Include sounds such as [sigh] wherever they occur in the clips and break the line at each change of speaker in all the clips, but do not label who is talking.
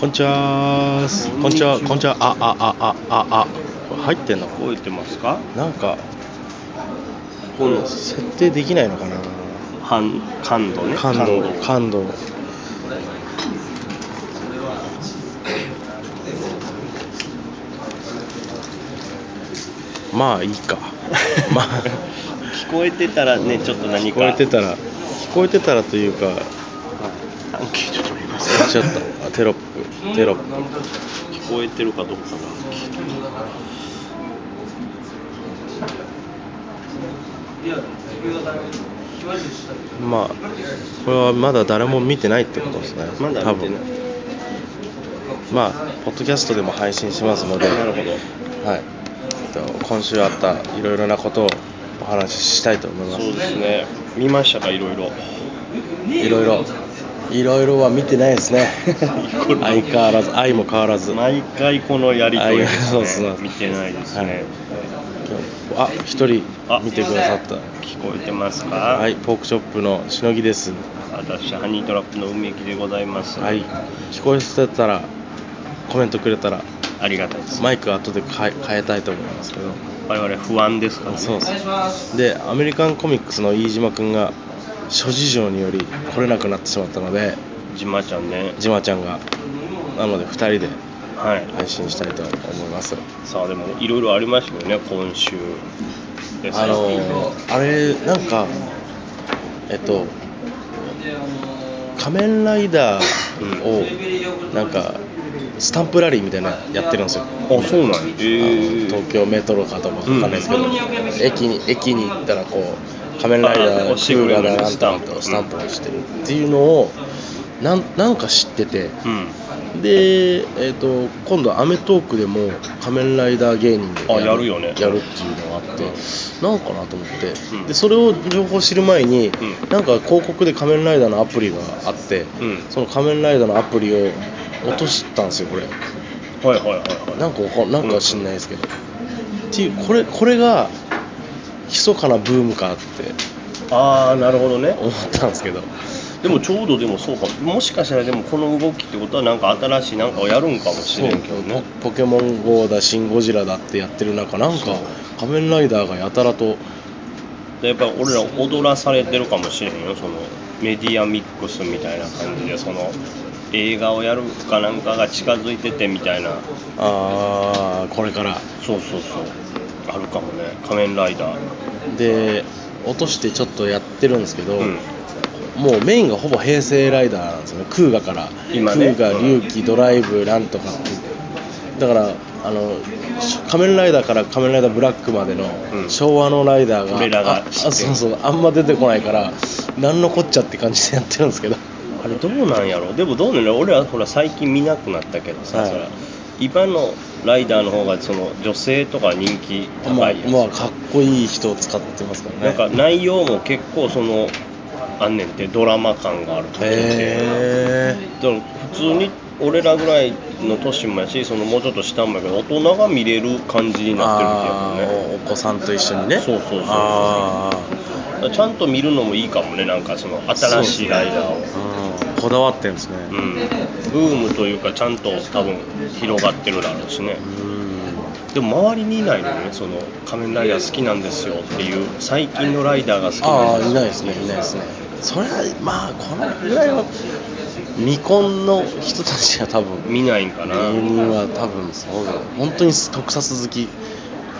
こんにちは
こんにちは
こんにちはああああああこれ入ってんの
覚えてますか
なんか
この
設定できないのかな
感感度ね
感動感動まあいい
[laughs]
かまあ
聞こえてたらねちょっと何
聞
か
こえてたら聞こえてたらというか
はいアンケート取ります
ちょっとあテロップテロップ
聞こえてるかどうかが
まあこれはまだ誰も見てないってことですね
まだ
多
見て
分
ない
まあポッドキャストでも配信しますので
なるほど
はいえっと今週あったいろいろなことをお話ししたいと思いま
そう
す
ですね見ましたかいろいろ
いろいろいろいろは見てないです
[laughs]
ね相変わらず愛も変わらず
毎回このやり取りで
あ
す
そう
ね
ですそうです
見てないですね、
あ一人
あ
見てくださった
聞こえてますか
はいポークショップのしのぎです
私ハニートラップの梅木でございます
はい聞こえてたらコメントくれたら
ありがたいです
マイク後で変え変えたいと思いますけど
我々不安ですからね
そうですでアメリカンコミックスの飯島君が諸事情により来れなくなってしまったので
じまちゃんね
ジマちゃんがなので2人で
はい
配信したいと思います
さあでもいろいろありましたよね今週です
あのーあれなんかえっと「仮面ライダー」をなんかスタンプラリーみたいなのやってるんですよ
あそうなんやえー、
東京メトロかとかわかんないですけど、
うん
駅に駅に行ったらこう仮面ライダ
あ
ー
押
ク
してく
ー
れ
ラ
る
ーだなんとかとス
ス
タ
タ
ン
ン
プ
プ
をしてるっていうのをなんなんか知ってて
うん
で、えー、と今度『アメトーーク』でも仮面ライダー芸人で
あやるよね
やるっていうのがあってなんかなと思って、
うん
でそれを情報知る前に、
ん
なんか広告で仮面ライダーのアプリがあって、
うん
その仮面ライダーのアプリを落としたんですよこれ。
はいはいはいはい
なんかわかんなんか知んないですけど、っていうこれこれが密かなブームかって
ああなるほどね
思ったんですけど
でもちょうどでもそうかももしかしたらでもこの動きってことはなんか新しいなんかをやるんかもしれんけどね
ポポケモン GO だシン・ゴジラだってやってる中なんか仮面ライダーがやたらと
でやっぱ俺ら踊らされてるかもしれんよそのメディアミックスみたいな感じでその映画をやるかなんかが近づいててみたいな
あーこれから
そうそうそうあるかもね仮面ライダー
で落としてちょっとやってるんですけど、
うん
もうメインがほぼ平成ライダーなんですよね空ガから、
今
空
ね
ガ
う
龍
ん
騎ドライブなんとかってだからあの仮面ライダーから仮面ライダーブラックまでの、
うん
昭和のライダーが
俺ら
あ
が
あ
知ってる
そうそうあんま出てこないからなんのこっちゃって感じでやってるんですけど
あれどうなんやろでもどうなんやろ俺らほら最近見なくなったけどさ、
はい
そら今のライダーの方がその女性とか人気
ま
高
あ、
いやん
まあかっこいい人を使ってますからね
なんか内容も結構そのあんねんってドラマ感がある途中で、
へ
だから普通に俺らぐらいの年もやしそのもうちょっと下もやけど大人が見れる感じに
え
なってるみたいもんね
お子さんと一緒にね
そうそうそうそう
あ
だからちゃんと見るのもいいかもねなんかその新しいライダーを
ーうんこだわってるんですね、
うん、ブームというかちゃんと多分広がってるだろうしね
う
でも周りにいないのよねその仮面ライダー好きなんですよっていう最近のライダーが好き
あ
な
あ
んです
いないですねいないですねそれはまあこのぐらいは未婚の人たちは多分
見ないんかな、
芸人は多分そうだ本当に特撮好き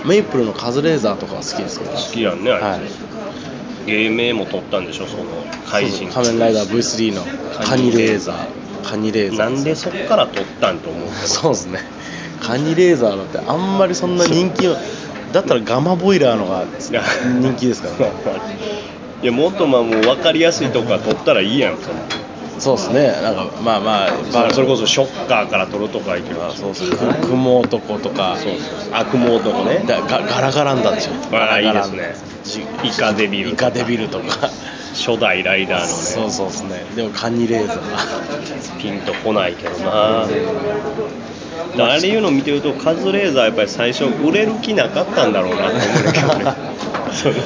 メイプルのカズレーザーとかは好きですけど
好きやんねあ
は
い
い
つ、芸名も取ったんでしょその怪人
仮面ライダー V3 のカニレーザーカニレーザ
な
ー
んでそっから取ったんと思う
そうですねカニレーザーだってあんまりそんな人気はだったらガマボイラーの
[laughs]
が
いや
人気ですからね
[laughs] いやもっとまあもう分かりやすいとこから取ったらいいやんその
そうですねなんかまあまあまあ
それこそショッカーから取るとかいけば
そうそう雲男とか悪魔男ねだガガラガランダでしょ
ああい
ガラガ
いです
ラン
ね
ダ
イカデビル
イカデビルとか
初代ライダーの
そう
ね
そうですねでもカニレーザー
ピンとこないけどなだからあれいうの見てるとカズレーザーやっぱり最初売れる気なかったんだろうなと思うけどね
[laughs]
その考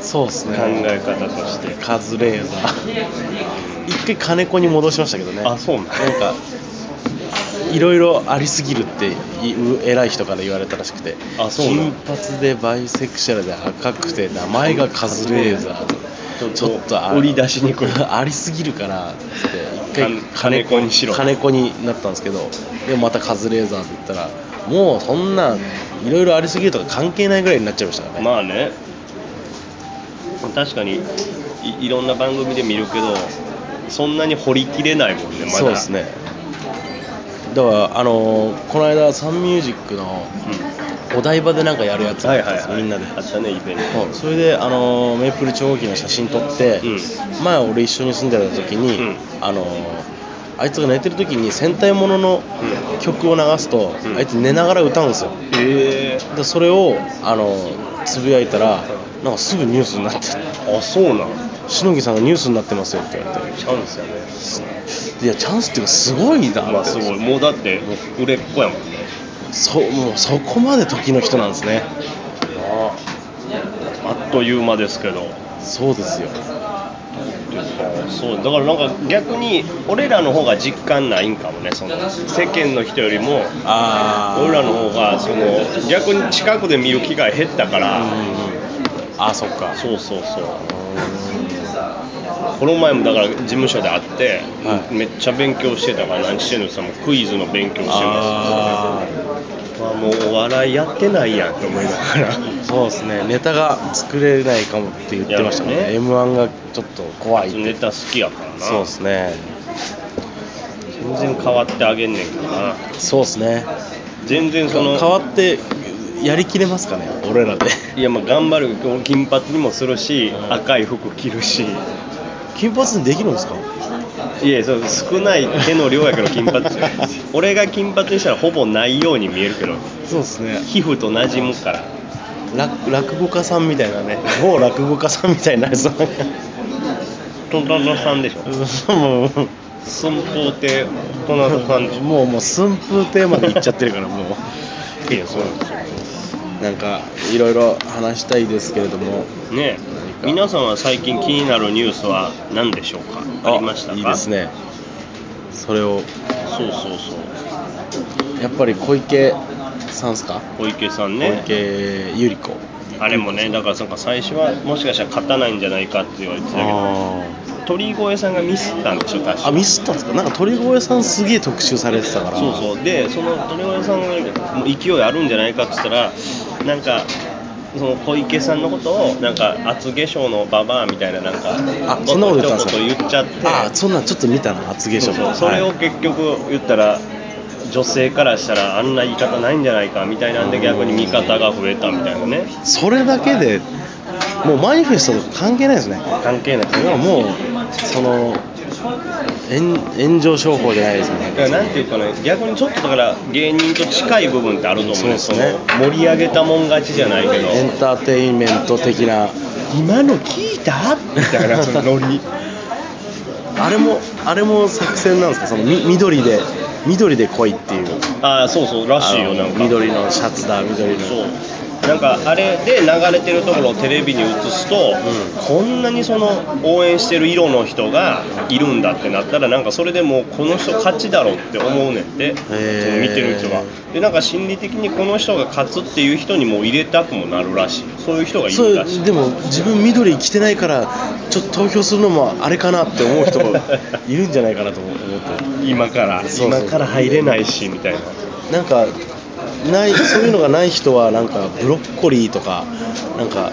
そうですね
え方として
カズレーザー一回金子に戻しましたけどね
あそうな
なんんかいろいろありすぎるっていう偉い人から言われたらしくて
あそうなん
金髪でバイセクシャルで赤くて名前がカズレーザーと
ちょっと
あ
売り出しにくい
ありすぎるからっつって一
か
回
金子にしろ
金子になったんですけどでもまたカズレーザーって言ったらもうそんないろいろありすぎるとか関係ないぐらいになっちゃいましたからね、
まあね確かにいいろんな番組で見るけどそんなに掘りきれないもんねまだ
そうですねだからあのーこの間サンミュージックのお台場でなんかやるやつ
は
があ
い
ったんです
はい、
よ、
はい、
みんなで、
あったねイベン
うんそれであのーメイプル超合金の写真撮って、
う
前俺一緒に住んでた時に、
うん
あのーあいつが寝てる時に戦隊ものの曲を流すと、
うん
あいつ寝ながら歌うんですよ
トへえ
でそれをあのーつぶやいたらなんかすぐニュースになって
あそうなん
「しのぎさんがニュースになってますよ」って言われ
チャンスやね
ていやチャンスっていうかすごいなって、
まあすごいもうだって売れっ子やもんね
そうもうそこまで時の人なんですね
ああっという間ですけど
そうですよ
そうだからなんか逆に俺らの方が実感ないんかもねその世間の人よりも
あ
俺らの方がその逆に近くで見る機会減ったから、
あそっか
そうそうそうこの前もだから事務所で会って、
はい
めっちゃ勉強してたから何してんのさもうクイズの勉強してま
あ
すまあもうお笑いやってないやんと思いながら
ーそうですねネタが作れないかもって言ってましたもんね
やろう
m 1がちょっと怖いって
ネタ好きやからな
そうですね
全然変わってあげんねんけどな
そうですね
全然そ
変
の
わってやりきれますかね俺らで
いやまあ頑張る金髪にもするし赤い服着るし
金髪にできるんですか
いやそう少ない毛の量やけど金 [laughs] 髪俺が金髪にしたらほぼないように見えるけど
そうですね
皮膚と馴染むから
落落語家さんみたいなね某落語家さんみたいになりそうな
トントントンさんでしょ
もう
寸法亭トントンさんでしょ
もうもう寸風亭まで行っちゃってるからもう
いやそうなんです
なんかいろいろ話したいですけれども
よねえ皆さんは最近気になるニュースは何でしょうかありましたか
いいですねそれを
そうそうそう
やっぱり小池さんですか、
小池さんね
小池百合子
あれもねだからなんか最初はもしかしたら勝たないんじゃないかって言われてたけど
あ
鳥越さんがミスったんでしょ確か
あミスったんですかなんか鳥越さんすげえ特集されてたから
そうそうでその鳥越さんがもう勢いあるんじゃないかって言ったらなんかその小池さんのことをなんか厚化粧のババアみたいななんか
あそんなこと言ったんですか
一言言っちゃって
あそんなんちょっと見たな厚化
そう
粧
そう
も
それ
は
を
い
結局言ったら女性からしたらあんな言い方ないんじゃないかみたいなんで逆に味方が増えたみたいなね
それだけでもうマニフェストとか関係ないですね
関係ない
だからもうその炎炎上商法じゃないですね
だからなんていうかね逆にちょっとだから芸人と近い部分ってあると思うんです
そうですね
盛り上げたもん勝ちじゃないけど
エンターテインメント的な
今の聞いたみたいなそのノリ
[laughs] あれもあれも作戦なんですかそのみ緑で緑で来いっていう
ああそうそうらしいよ
あの
なんか
緑のシャツだ緑の
そうなんかあれで流れてるところをテレビに映すと、こんなにその応援してる色の人がいるんだってなったらなんかそれでもうこの人勝ちだろって思うねんってその
ー
見てる人がでなんか心理的にこの人が勝つっていう人にも入れたくもなるらしいそういう人がい
そ
るらしいう
でも自分緑着てないからちょっと投票するのもあれかなって思う人もいるんじゃないかなと思って
今から
そうそう
今から入れないしみたいな
なんかないそういうのがない人はなんかブロッコリーとかなんか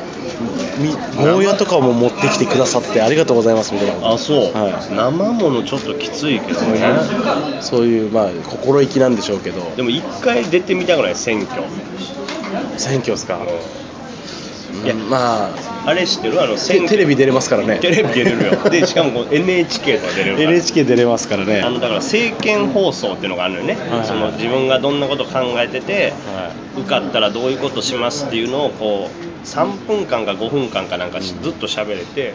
みゴーヤとかも持ってきてくださってありがとうございますみたいなこと
あそう、
はい
生ものちょっときついけどね
そういうまあ心意気なんでしょうけど
でも一回出てみたくない選挙
選挙ですか、
いや
うんまあ
あれ知ってるあの選
テテ
挙
レビ出れますからね
テレビ出れ
[laughs]
るよ [laughs] でしかもこう NHK とか出れるから
NHK 出れますからね
あのだから政見放送っていうのがあるのよね、
いはい
その自分がどんなこと考えてて、
は
受かったらどういうことしますっていうのをこう3分間か5分間かなんかしずっと喋れて、
うん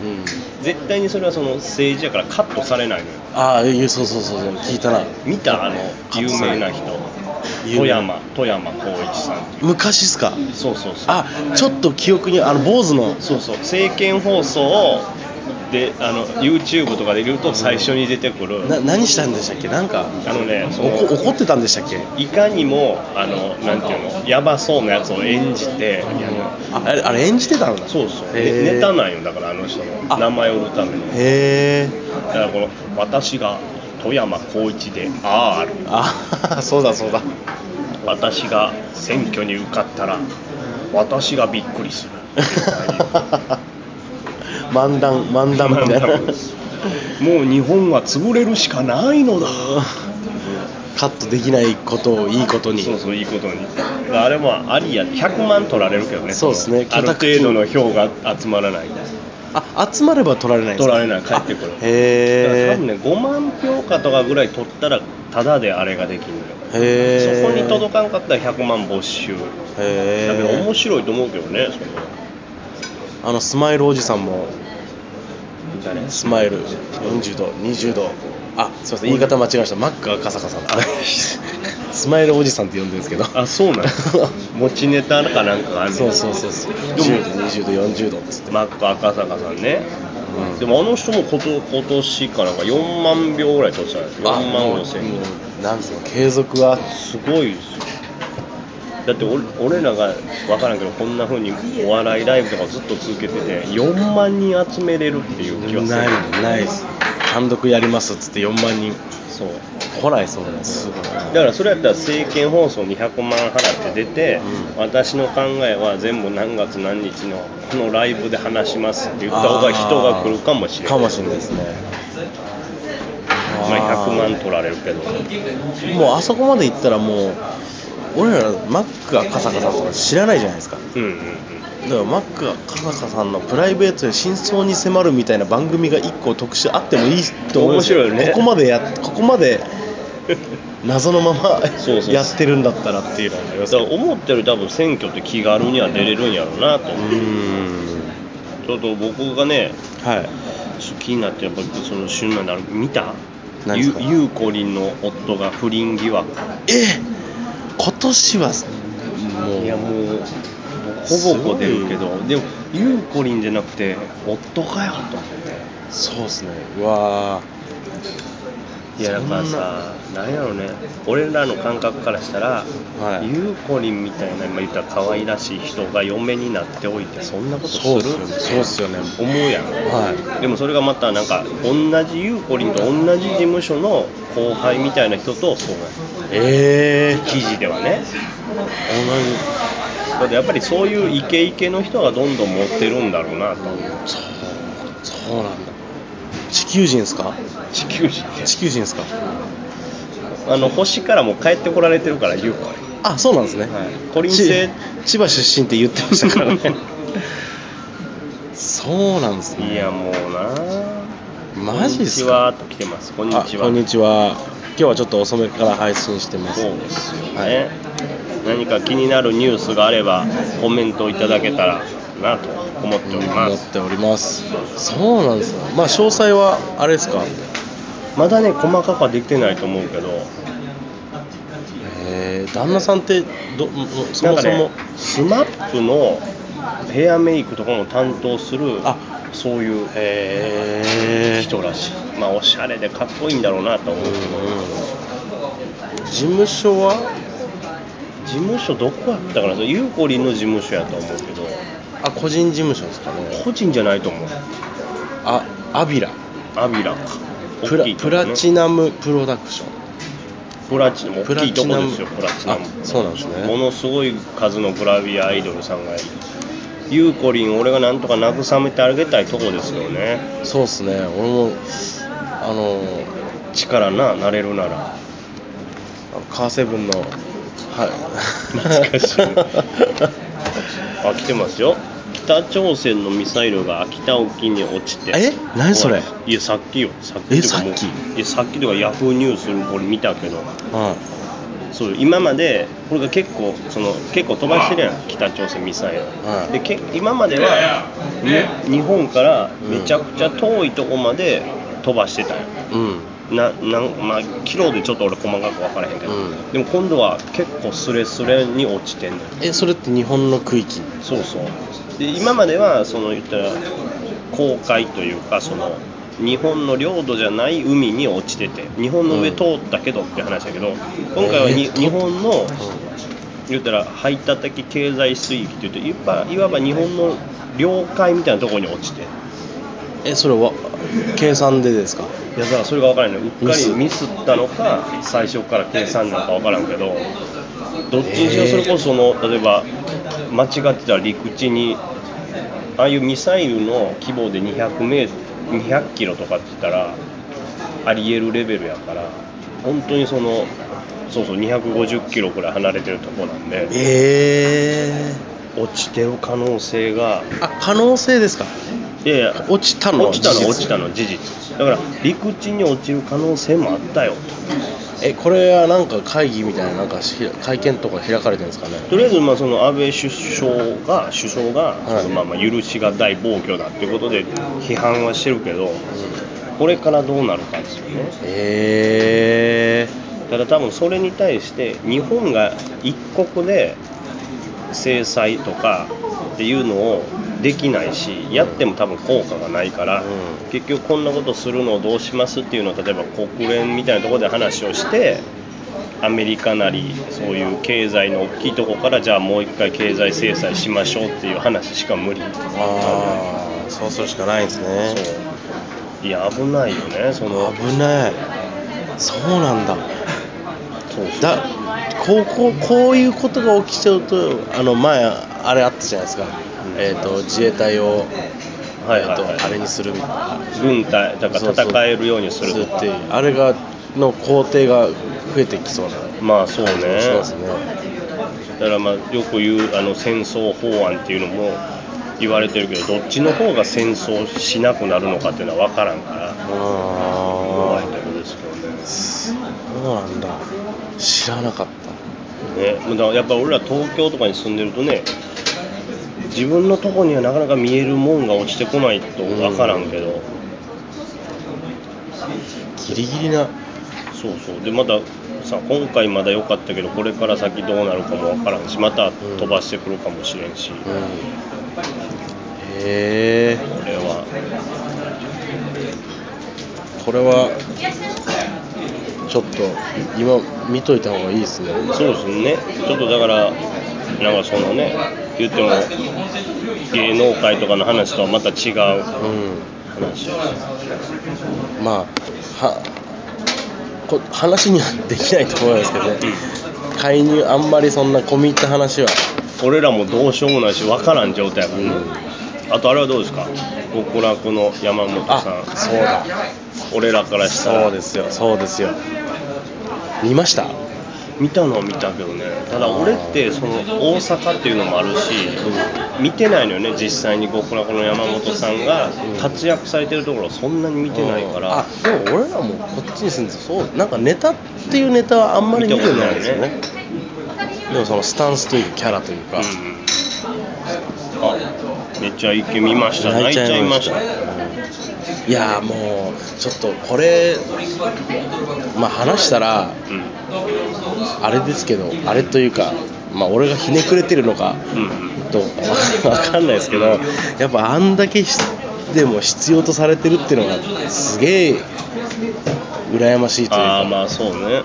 絶対にそれはその政治やからカットされないのよ
ああいうそうそうそうそう聞いたな
見たあの
カッ
有
トされ
名
な
ない人富山富山光一さん
昔っすか
そうそうそう
あちょっと記憶にあの坊主の
そうそう政見放送であの YouTube とかで言うと最初に出てくる
な何したんでしたっけなんか
あのねそ
お
の
こ怒ってたんでしたっけ
いかにもあのなんていうのやばそうなやつを演じて、
ああれあれ演じてたんだ
そうそう、
へ
ね
ー
ネタなんよだからあの人
あ
の名前を売るために
へえ
だからこの「私が富山光一で R
あ [laughs] そうだそうだ
私が選挙に受かったら私がびっくり
[laughs]
する」
漫談漫談みたいな
もう日本は潰れるしかないのだ
カットできないことをいいことに
そうそういいことにあれもありや100万取られるけどね
そうですね
のある程度の票が集まらない
あ集まれば取られないんです
取
から
れない帰ってくる
へ
だから
え
多分ね5万票かとかぐらい取ったらタダであれができるのよ
へえ
そこに届かんかったら100万没収だけど
へ
面
え
白いと思うけどねそ
あのスマイルおじさんも
の誰
スマイル40度20度あすいません言い方間違えましたマックがカサカサ
[laughs]
だスマイルおじさんって呼んでるんですけど
あそうなんや [laughs] 持ちネタかなんかがある
そうそうそうそう10度20度40度っつって
マック赤坂さんね、
うん
でもあの人もこと今年かなんか4万票ぐらい取ってたんですよ
あ
4万
もう
5千
もうなんすか継続は
すごいですよだって俺俺らが分からんけどこんな風にお笑いライブとかずっと続けてて4万人集めれるっていう気はする
ないないです単独やりますっつって4万人
そう
来ないそうなんですごい
だからそれやったら政見放送200万払って出て、
うん
私の考えは全部何月何日のこのライブで話しますって言った方が人が来るかもしれない
かもしれないですね
まあ、100万取られるけど
もうあそこまで行ったらもう俺らマックがカサカサとか知らないじゃないですか
うんうんうん
だからマックがカサカサのプライベートで真相に迫るみたいな番組が1個特集あってもいいと思うんです
面白いよね
ここまでやここまで謎のまま
そうそう
やってるんだったらっていうのがありま
だ
す
か
け
ら
ど
思ったより多分選挙って気軽には出れるんやろうなと
う
思う
ーん
ちょっと僕がね
はい
ちょっと気になってやっぱりその週末になる見た
何です
ゆ
か
ゆうこりんの夫が不倫疑惑
え今年はもう
いやもう
す
ほぼ
ご
ほぼ
い
出るけどでもゆうこりんじゃなくて夫かよと思っ
そうですねうわ
ていやだからさなんやろね俺らの感覚からしたら、
はい
ゆうこりんみたいな今言ったら可愛らしい人が嫁になっておいてそんなことする
そうっすよねそうっすよね
思うやん
は
でもそれがまたなんか同じゆうこりんと同じ事務所の後輩みたいな人とそう
いええー、
記事ではね
同
だってやっぱりそういうイケイケの人がどんどん持ってるんだろうなと
じそうそうなんだ地球人ですか
地球人
地球人ですか
あの星からも帰ってこられてるからゆうこ
あそうなんですね、
はいコリン星
ち千葉出身って言ってましたから
[laughs]
ねそうなんです
りん
ね
いやもうな
マジっす
こ
か
んにちはと来てますこんにちは
あこんにちは今日はちょっと遅めから配信してます
そうですよね、
はい
何か気になるニュースがあればコメントいただけたらなと思っておりま
思
す
っておりますそうなんですよまあ詳細はあれですか
まだね細かくはできてないと思うけど
えー、旦那さんってどもそ
なん
も
か
そ
ね
も、
スマップのヘアメイクとかも担当する
あ
そういう
へえ
人らしい、まあおしゃれでかっこいいんだろうなと思うけど、
事務所は
事務所どこやったかなそれゆうこりんの事務所やと思うけど
あ個人事務所ですかね
個人じゃないと思う
あアビラ
アビラか
プラ
大きい
プ
とこね
ラチナムプロダクション
プラチナム
プ
大
ラ
きいと
チ
こ
ナム
ですよプラチナム
あそうなんですね
ものすごい数のグラビアアイドルさんがいるゆうこりん俺がなんとか慰めてあげたいとこですよね
そうですね俺もあの
力ななれるなら
カーセブンのはい
懐かしいあ来てますよ北朝鮮のミサイルが秋田沖に落ちて
え何それ
いやさっきよさっき
え
とかもう
さっ
いやさっきとかヤフーニュースこれ見たけど
[laughs] は
そう今までこれが結構その結構飛ばしてるやん北朝鮮ミサイル、
はい
でけ今までは、に日本からめちゃくちゃ遠いとこまで飛ばしてたんや
いうん
ななんまあキロでちょっと俺細かく分からへんけど、
うん
でも今度は結構スレスレに落ちてんのよ
えそれって日本の区域
そうそうで今まではその言ったら公海というかその日本の領土じゃない海に落ちてて日本の上
うん
通ったけどって話だけど、今回はに
えー
日本
う
の
ん
言ったら排他的経済水域というといわばいわば日本の領海みたいなところに落ちて
えそれは計算でですか
いやさそれが分からんのうっ
ミ
か
ス
りミスったのか最初から計算なのか分からんけどどっちにしろそれこそその例えば間違ってたら陸地にああいうミサイルの規模で200メー200キロとかって言ったらありえるレベルやから本当にそのそうそう250キロぐらい離れてるとこなんで
え
落ちてる可能性が
ー、あ可能性ですか
いやいや
落ちたのは
落ちた
事実
の落ちたのは事実だから陸地に落ちる可能性もあったよ
えこれはなんか会議みたいななんかし会見とか開かれてるんですかね
とりあえずまあその安倍首相が首相が
はい
そのまあまあ許しがたい暴挙だっていうことで批判はしてるけどこれからどうなるかですよね
え
ただ多分それに対して日本が一国で制裁とかっていうのをできないしやっても多分効果がないから、
うん
結局こんなことするのをどうしますっていうのを例えば国連みたいなところで話をしてアメリカなりそういう経済の大きいところからじゃあもう一回経済制裁しましょうっていう話しか無理
ー、ああそうするしかないですね
そういや危ないよねその
危ないそうなんだ
そうそう
だこうこうこういうことが起きちゃうとあの前あれあったじゃないですか、えー、と自衛隊を、
はいはいはい
えーとあれにするみたいな
軍隊だか
そう
ら
そう
戦えるようにすると
っていうあれがの工程が増えてきそうな
まあそうね
気がしますね
だからまあよく言うあの戦争法案っていうのも言われてるけどどっちの方が戦争しなくなるのかっていうのは分からんから怖い
あ
とこです
あそうなんだ知らなかっ
けどねねだからやっぱ俺ら東京とかに住んでるとね自分のとこにはなかなか見えるもんが落ちてこないと分からんけど、
たギリギリな
そうそうでまたさ今回まだ良かったけどこれから先どうなるかも分からんしまた飛ばしてくるかもしれんし、
うんへえ
これは
これはちょっと今見といた方がいいですね
そうですね、ちょっとだから、なんかそのね、言っても、芸能界とかの話とはまた違
う
う
ん
話を
まあはこ話にはできないと思うんですけどね介入あんまりそんな込み入った話は
俺らもどうしようもないし、分からん状態やからね、あとあれはどうですか、極楽の山本さ
あそうだ
ん、俺らからした
そう
ら、
ですよそうですよ見ました
見たのは見たけどね、ただ俺って、その大阪っていうのもあるし、見てないのよね、実際に極楽の山本さんが活躍されてるところ、そんなに見てないから。
あでも俺らもこっちに住んでてそうなんかネタっていうネタはあんまり見てないですよね
見た
でもそのスタンスというかキャラというか、
うんあめっちゃイケ見ました泣いちゃいました
うんいやーもうちょっとこれまあ話したら
うん
あれですけどあれというかまあ俺がひねくれてるのか
うん
とわかんないですけどやっぱあんだけひでも必要とされてるっていうのがすげえ羨ましいという
ああ
か
まあそうね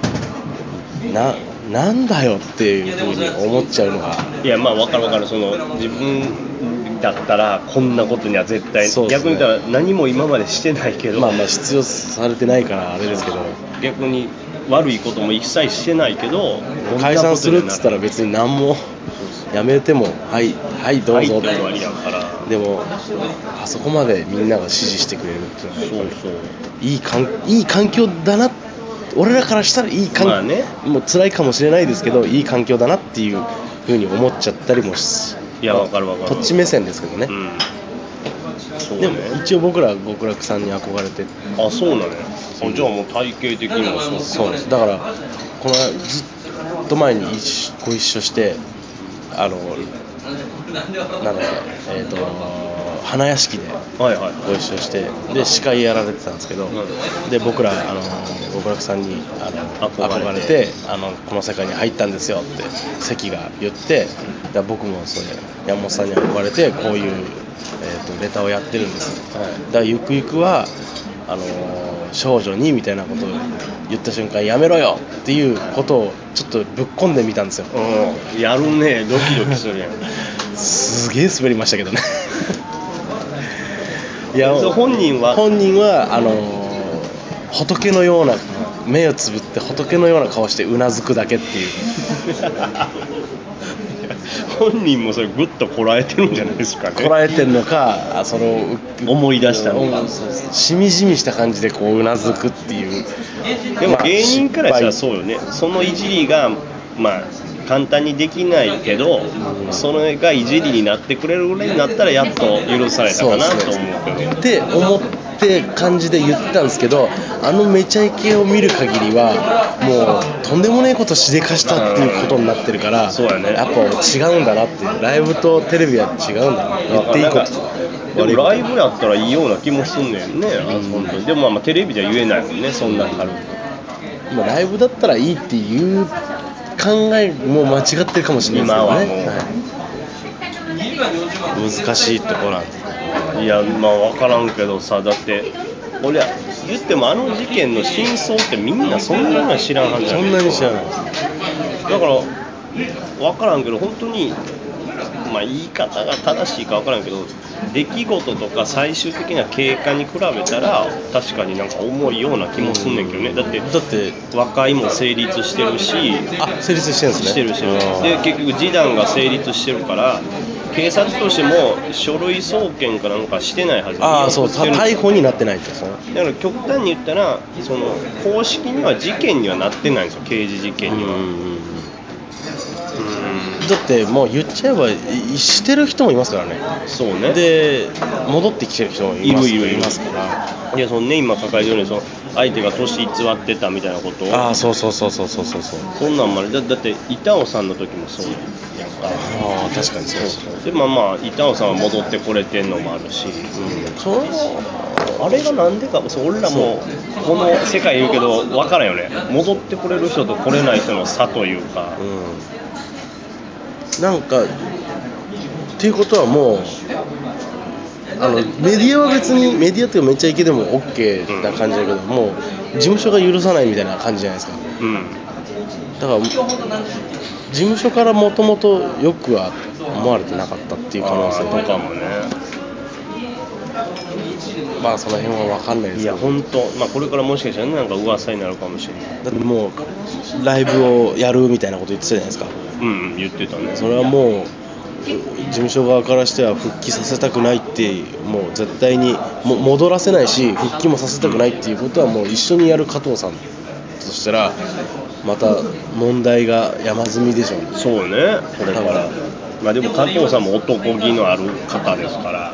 ななんだよっていうふうに思っちゃうのが
いやまあ分かる分かるその自分だったらこんなことには絶対、
そうっすね
逆に言ったら何も今までしてないけど、
まあまあ必要とされてないからあれですけど
逆に悪いことも一切してないけど
解散するっつったら
別
別に何もやめてもはいはいどうぞって
終わりやから
でもあそこまでみんなが支持してくれるっていうのは
そうそう
いいかんいい環境だな俺らからしたらいい環境、
まあね
もう辛いかもしれないですけどいい環境だなっていうふうに思っちゃったりもし
いや分かる分かる
こっち目線ですけどね、
うんそう
で
ね
も一応僕らは極楽さんに憧れて
あそうなのよあじゃあもう体型的にもそう
そうですだからこのずっと前に一緒ご一緒してあのなんだっけえっ、と花屋敷で
はいはい
ご一緒してで司会やられてたんですけど、
ん
で僕らあの極楽さんにあの
憧れ
憧れ
て
てあのこの世界に入ったんですよって関が言ってで僕もそれ山本さんに憧れてこういう、えー、とネタをやってるんです、
はい
だからゆくゆくはあの少女にみたいなことを言った瞬間やめろよっていうことをちょっとぶっ込んでみたんですよ
うんやるねドキドキす
[laughs]
るやん
すげえ滑りましたけど
[laughs]
ねいや
そう本人は
本人はあのー仏のような目をつぶって仏のような顔してうなずくだけっていう
本人もそれグッとこらえてるんじゃないですかね
こらえてんのかあそれを
思い出したのが
うんそうそうしみじみした感じでこううなずくっていう
でも
まあ
芸人からしたら
失
そうよねそのいじりがまあ簡単にできないけど、それがいじりになってくれるぐらいになったらやっと許されたかなと思うけど
敗って思って感じで言ったんですけどあのめちゃイケを見る限りはもうとんでもないことしでかしたっていうことになってるから
そうやね
っぱ違うんだなってライブとテレビは違うんだな言っていいことと
で
悪い
も
こと
ライブやったらいいような気もすんねんね、本当にでもまあまあテレビじゃ言えないもんねそんな軽く
まあライブだったらいいっていう考えも間違ってるかもしれないですけどね
今はもう
はい難しいところなんです
いやまあ分からんけどさだって俺言ってもあの事件の真相ってみんなそんなには知らんはず
そ
やね
んなに知らない
だから分からんけど本当にまあ言い方が正しいか分からんけど出来事とか最終的な経過に比べたら確かになんか重いような気もすんねんけどねだって
だって
和解も成立してるし
あ成立してるんですね
してるしてるで結局示談が成立してるから警察としても書類送検かなんかしてないはず
ああそうた逮捕になってないってその
だから極端に言ったらその公式には事件にはなってないんですよ刑事事件にはうん
だってもう言っちゃえばいしてる人もいますからね
そうね
で戻ってきてる人もいます
いるいるいる
ますから
いやそのね今抱えてるようにその相手が年偽ってたみたいなこと
ああそうそうそうそうそうそうそう
そんなんまでだだって板尾さんの時もそうやんか
ああ確かにそうです
でまあまあ板尾さんは戻ってこれてんのもあるし、それあれがなんでかそう俺らもこの世界言うけど分からんよね戻ってこれる人と来れない人の差というか、
うんなんかっていうことはもうあのメディアは別にメディアっていうかめっちゃイケでも OK な感じだけど、もう事務所が許さないみたいな感じじゃないですか
うん
だから事務所からもともとよくは思われてなかったっていう可能性
あーとかもね
まあその辺は分かんないです
い
けど
や本当まあこれからもしかしたらねなんか噂になるかもしれない
だってもうライブをやるみたいなこと言ってたじゃないですか
うん、うん、言ってたね
それはもう事務所側からしては復帰させたくないってもう絶対にも戻らせないし復帰もさせたくないっていうことはもう一緒にやる加藤さんとしたらまた問題が山積みでしょうね
そうねこれからまあでも加藤さんも男気のある方ですから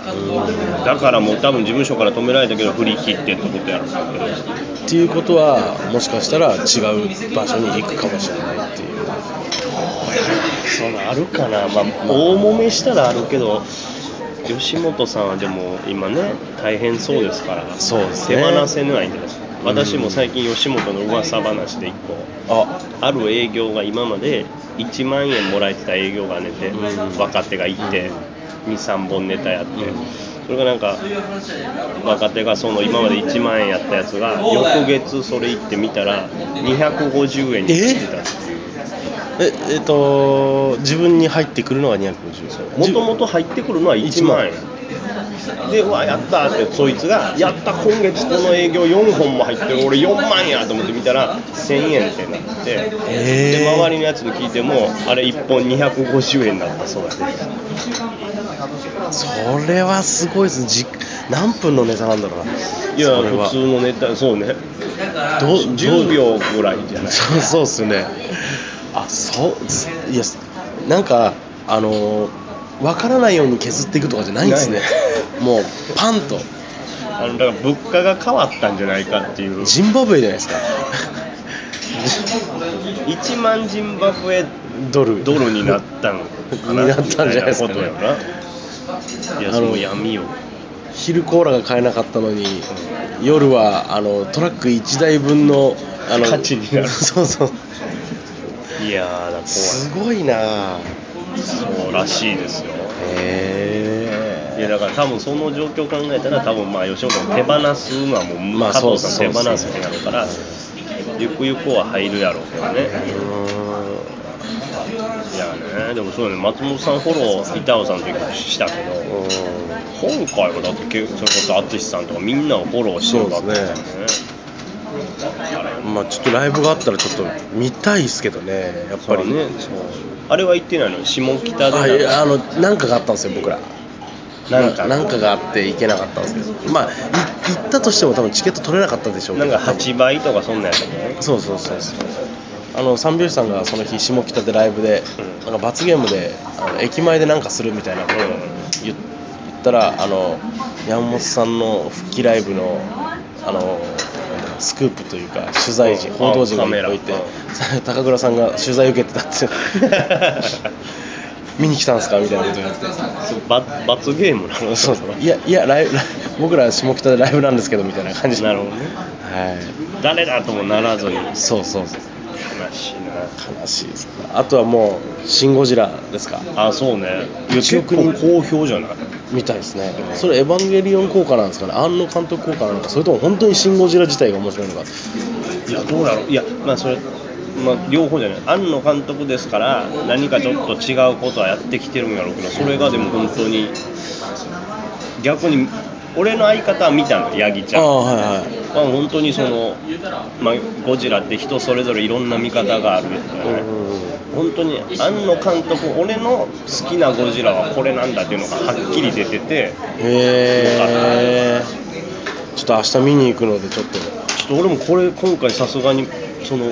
だからもう多分事務所から止められたけど振り切ってってことやろうけど
っていうことはもしかしたら違う場所に行くかもしれないっていう
そんなあるかなまあ大揉めしたらあるけど吉本さんはでも今ね大変そうですから
そうですね
手放せないんです私も最近吉本の噂話で一個
あ
ある営業が今まで1万円もらえてた営業がねて、
うん
若手がいて23本ネタやって、それがなんか若手がその今まで1万円やったやつが翌月それ行ってみたら250円にしてたっていう
ええっと自分に入ってくるのが250
もともと入ってくるのは1万円でうわやったーってそいつがやった今月この営業4本も入ってる俺4万やと思って見たら1000円ってなって
え
で周りのやつに聞いてもあれ1本250円だったそうやで
それはすごいですじ何分のネタなんだろうない
や
それは
普通のネタそうね
どう
10秒ぐらいじゃない
そうそうっすねあそうすいやなんかあのー、分からないように削っていくとかじゃないんですね
ない
もうパンと
あのだから物価が変わったんじゃないかっていう
ジンバブエじゃないですか
1万ジンバブエ
ドル
ドルになったのか
になったんじゃないですかね
みたことやないや
あの
その闇よ
昼コーラが買えなかったのに夜はあのトラック1台分のあの
価値になる
[laughs] そうそう
いやーだ怖い
すごいなあ
そうらしいですよ
へ
いやだから多分その状況を考えたら多分まあ吉本も手放すのはもう、
まあ
加藤
そ
さ
うんで
手
す
放すってなるからゆくゆくは入るやろうけどね
え
いやねでもそうよね松本さんフォロー板尾さんの時したけど今回はだってけそれこそ淳さんとかみんなをフォローしてるわけだからね
そうまあちょっとライブがあったらちょっと見たいですけどねやっ
そ
ぱ
うだ
り
ねそうあれは行ってないの下北
あい
で
やあのなんかがあったんですよ僕ら
なんか
なんかがあって行けなかったんですけどまあい行ったとしても多分チケット取れなかったでしょうけ
な
ど
んか8倍とかそんなんやったもんね
そうそうそうそうあの三拍子さんがその日下北でライブで、
うん
なんか罰ゲームであの駅前でなんかするみたいなことを言言ったらあの山本さんの復帰ライブのあのスクープというか取材陣、
うん
報道陣がいっぱいいて、
あ
[laughs] 高倉さんが取材受けてたって
[laughs]
[laughs] 見に来たんですかみたいなこと言われて
そうば罰ゲームなの
そうそういやいやライブ [laughs] ライブ僕ら下北でライブなんですけどみたいな感じで
なるほどね
はい
誰だともならずに悲
そうそうそう
しいな
悲しいですねあとはもう「シン・ゴジラ」ですか
あそうね
いや
結構好評じゃない
みたいですねそれ「エヴァンゲリオン」効果なんですかね庵野監督効果なのかそれとも本当に「シン・ゴジラ」自体が面白いのか
いやどうやろういやまあそれまあ、両方じゃない庵野監督ですから何かちょっと違うことはやってきてるんやろうけどそれがでも本当に逆に俺の相方は見たのヤギちゃ
あ
ん
あ
は
はいはい
本当にその、まあ、ゴジラって人それぞれいろんな見方があるよね本当に庵野監督俺の好きなゴジラはこれなんだっていうのがはっきり出てて
へえちょっと明日見に行くのでちょっと
ちょっと俺もこれ今回さすがにその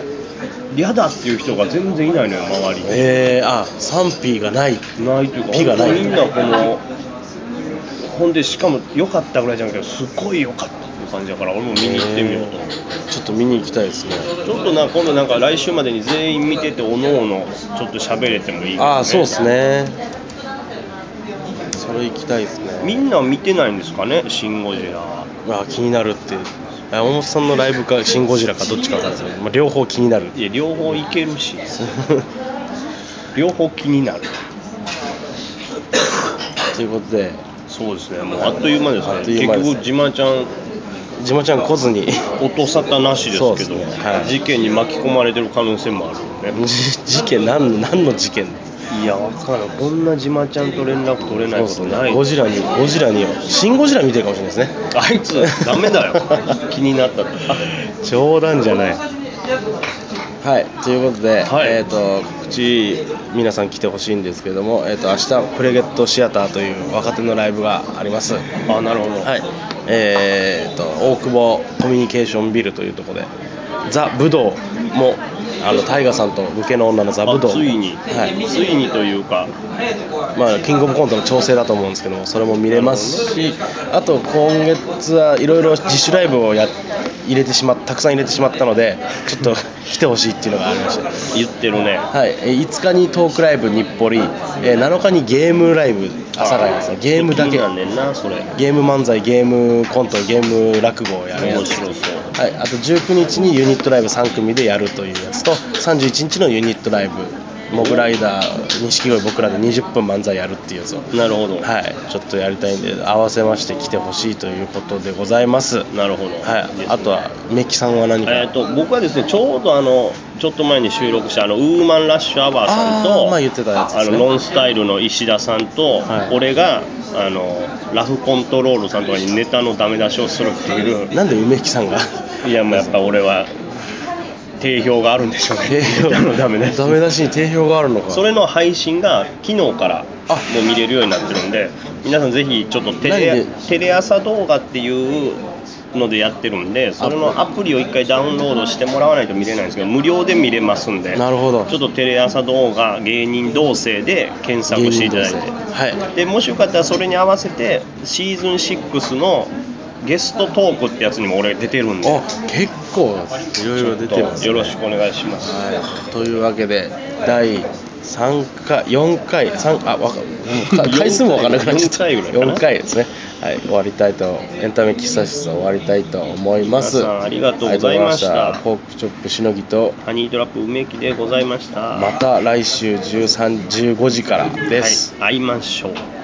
嫌だっていう人が全然いないのよ周りに。
ええあ賛否がない
ないというか
ピがない
本当にみんなこのほんでしかも良かったぐらいじゃなくてすごい良かったっていう感じだから俺も見に行ってみようと思う
ちょっと見に行きたいですね
ちょっとな今度なんか来週までに全員見てておのおのちょっと喋れてもいいよ
ああそうですねそれ行きたいですね
みんな見てないんですかね「シン・ゴジラ」は
あ気になるって山本さんのライブか「シン・ゴジラ」かどっちかわかんないですけど、まあ、両方気になる
いや両方いけるし両方気になる
[laughs] ということで
そうですねもうあっという間ですね
あっという間です
結局自慢ちゃん
じまちゃん来ず
[laughs]
に
音沙汰なしです
そうで
け
す
ど
ねはい
事件に巻き込まれてる可能性もあるよね
事件何何の事件
いや、わからん。こんな自慢ちゃんと連絡取れないことない。
ゴジラにゴジラにシン・ゴジラ見てるかもしれないですね
あいつ、ダメだよ。 [laughs] 気になったと。
冗談じゃないはいということで、
はい
えー、と告知皆さん来てほしいんですけども、えー、と明日プレゲットシアターという若手のライブがあります
あ、なるほど。
はい、えー、と大久保コミュニケーションビルというところでザ・ブドウもあのタイガさんと武家の女のザ・ブドウ
あついに、
はい
ついにというか、
まあ、キングオブコントの調整だと思うんですけどもそれも見れますしあと今月はいろいろ自主ライブをや入れてしまったくさん入れてしまったのでちょっと来てほしいっていうのがありました
言ってるね。
はい、えー5日にトークライブ日暮里、えー7日にゲームライブ阿佐ヶ谷ですねゲームだ
気
け
になんねんな、それ。
ゲーム漫才ゲームコントゲーム落語をやるや
面
つ
白そう。
はい、あと19日にユニットライブ3組でやるというやつと31日のユニットライブモグライダー錦鯉僕らで20分漫才やるっていうやつを、
なるほど。
はい、ちょっとやりたいんで合わせまして来てほしいということでございます、はい、
なるほど。です
あとはメキさんは何か、
えー、と僕はですねちょうどあのちょっと前に収録したあのウーマンラッシュアワーさん
あ
と
ーまあ言ってたやつで
あ
すね
のノンスタイルの石田さんと、
はい
俺があのラフコントロールさんとかにネタのダメ出しをするっていう
なんで梅木さんが
[laughs] いやもうやっぱ俺は定評があるんでしょうねあのダメね
ダメ [laughs] 出しに定評があるのか
それの配信が昨日から
あ
もう見れるようになってるんで皆さんぜひちょっとテ
何
レ
で
テレ朝動画っていうのでやってるんでそれのアプリを一回ダウンロードしてもらわないと見れないんですけど無料で見れますんで
なるほど
ちょっとテレ朝動画芸人同棲で検索していただい
芸人同
て
棲はい
でもしよかったらそれに合わせてシーズン6のゲストトークってやつにも俺出てるんで
あ結構いろいろ出てます、ね、
よろしくお願いします
はい、というわけで第3回4回3あわかも
[laughs]
うか回数も分からなくなっちゃった
4回ぐらいかな
4回ですねはい終わりたいとエンタメ喫茶室終わりたいと思います
皆さんありがとうございました
ありがとうございまポークチョップしのぎと
ハニートラップ梅木でございました
また来週13 15時からです、
はい、会いましょう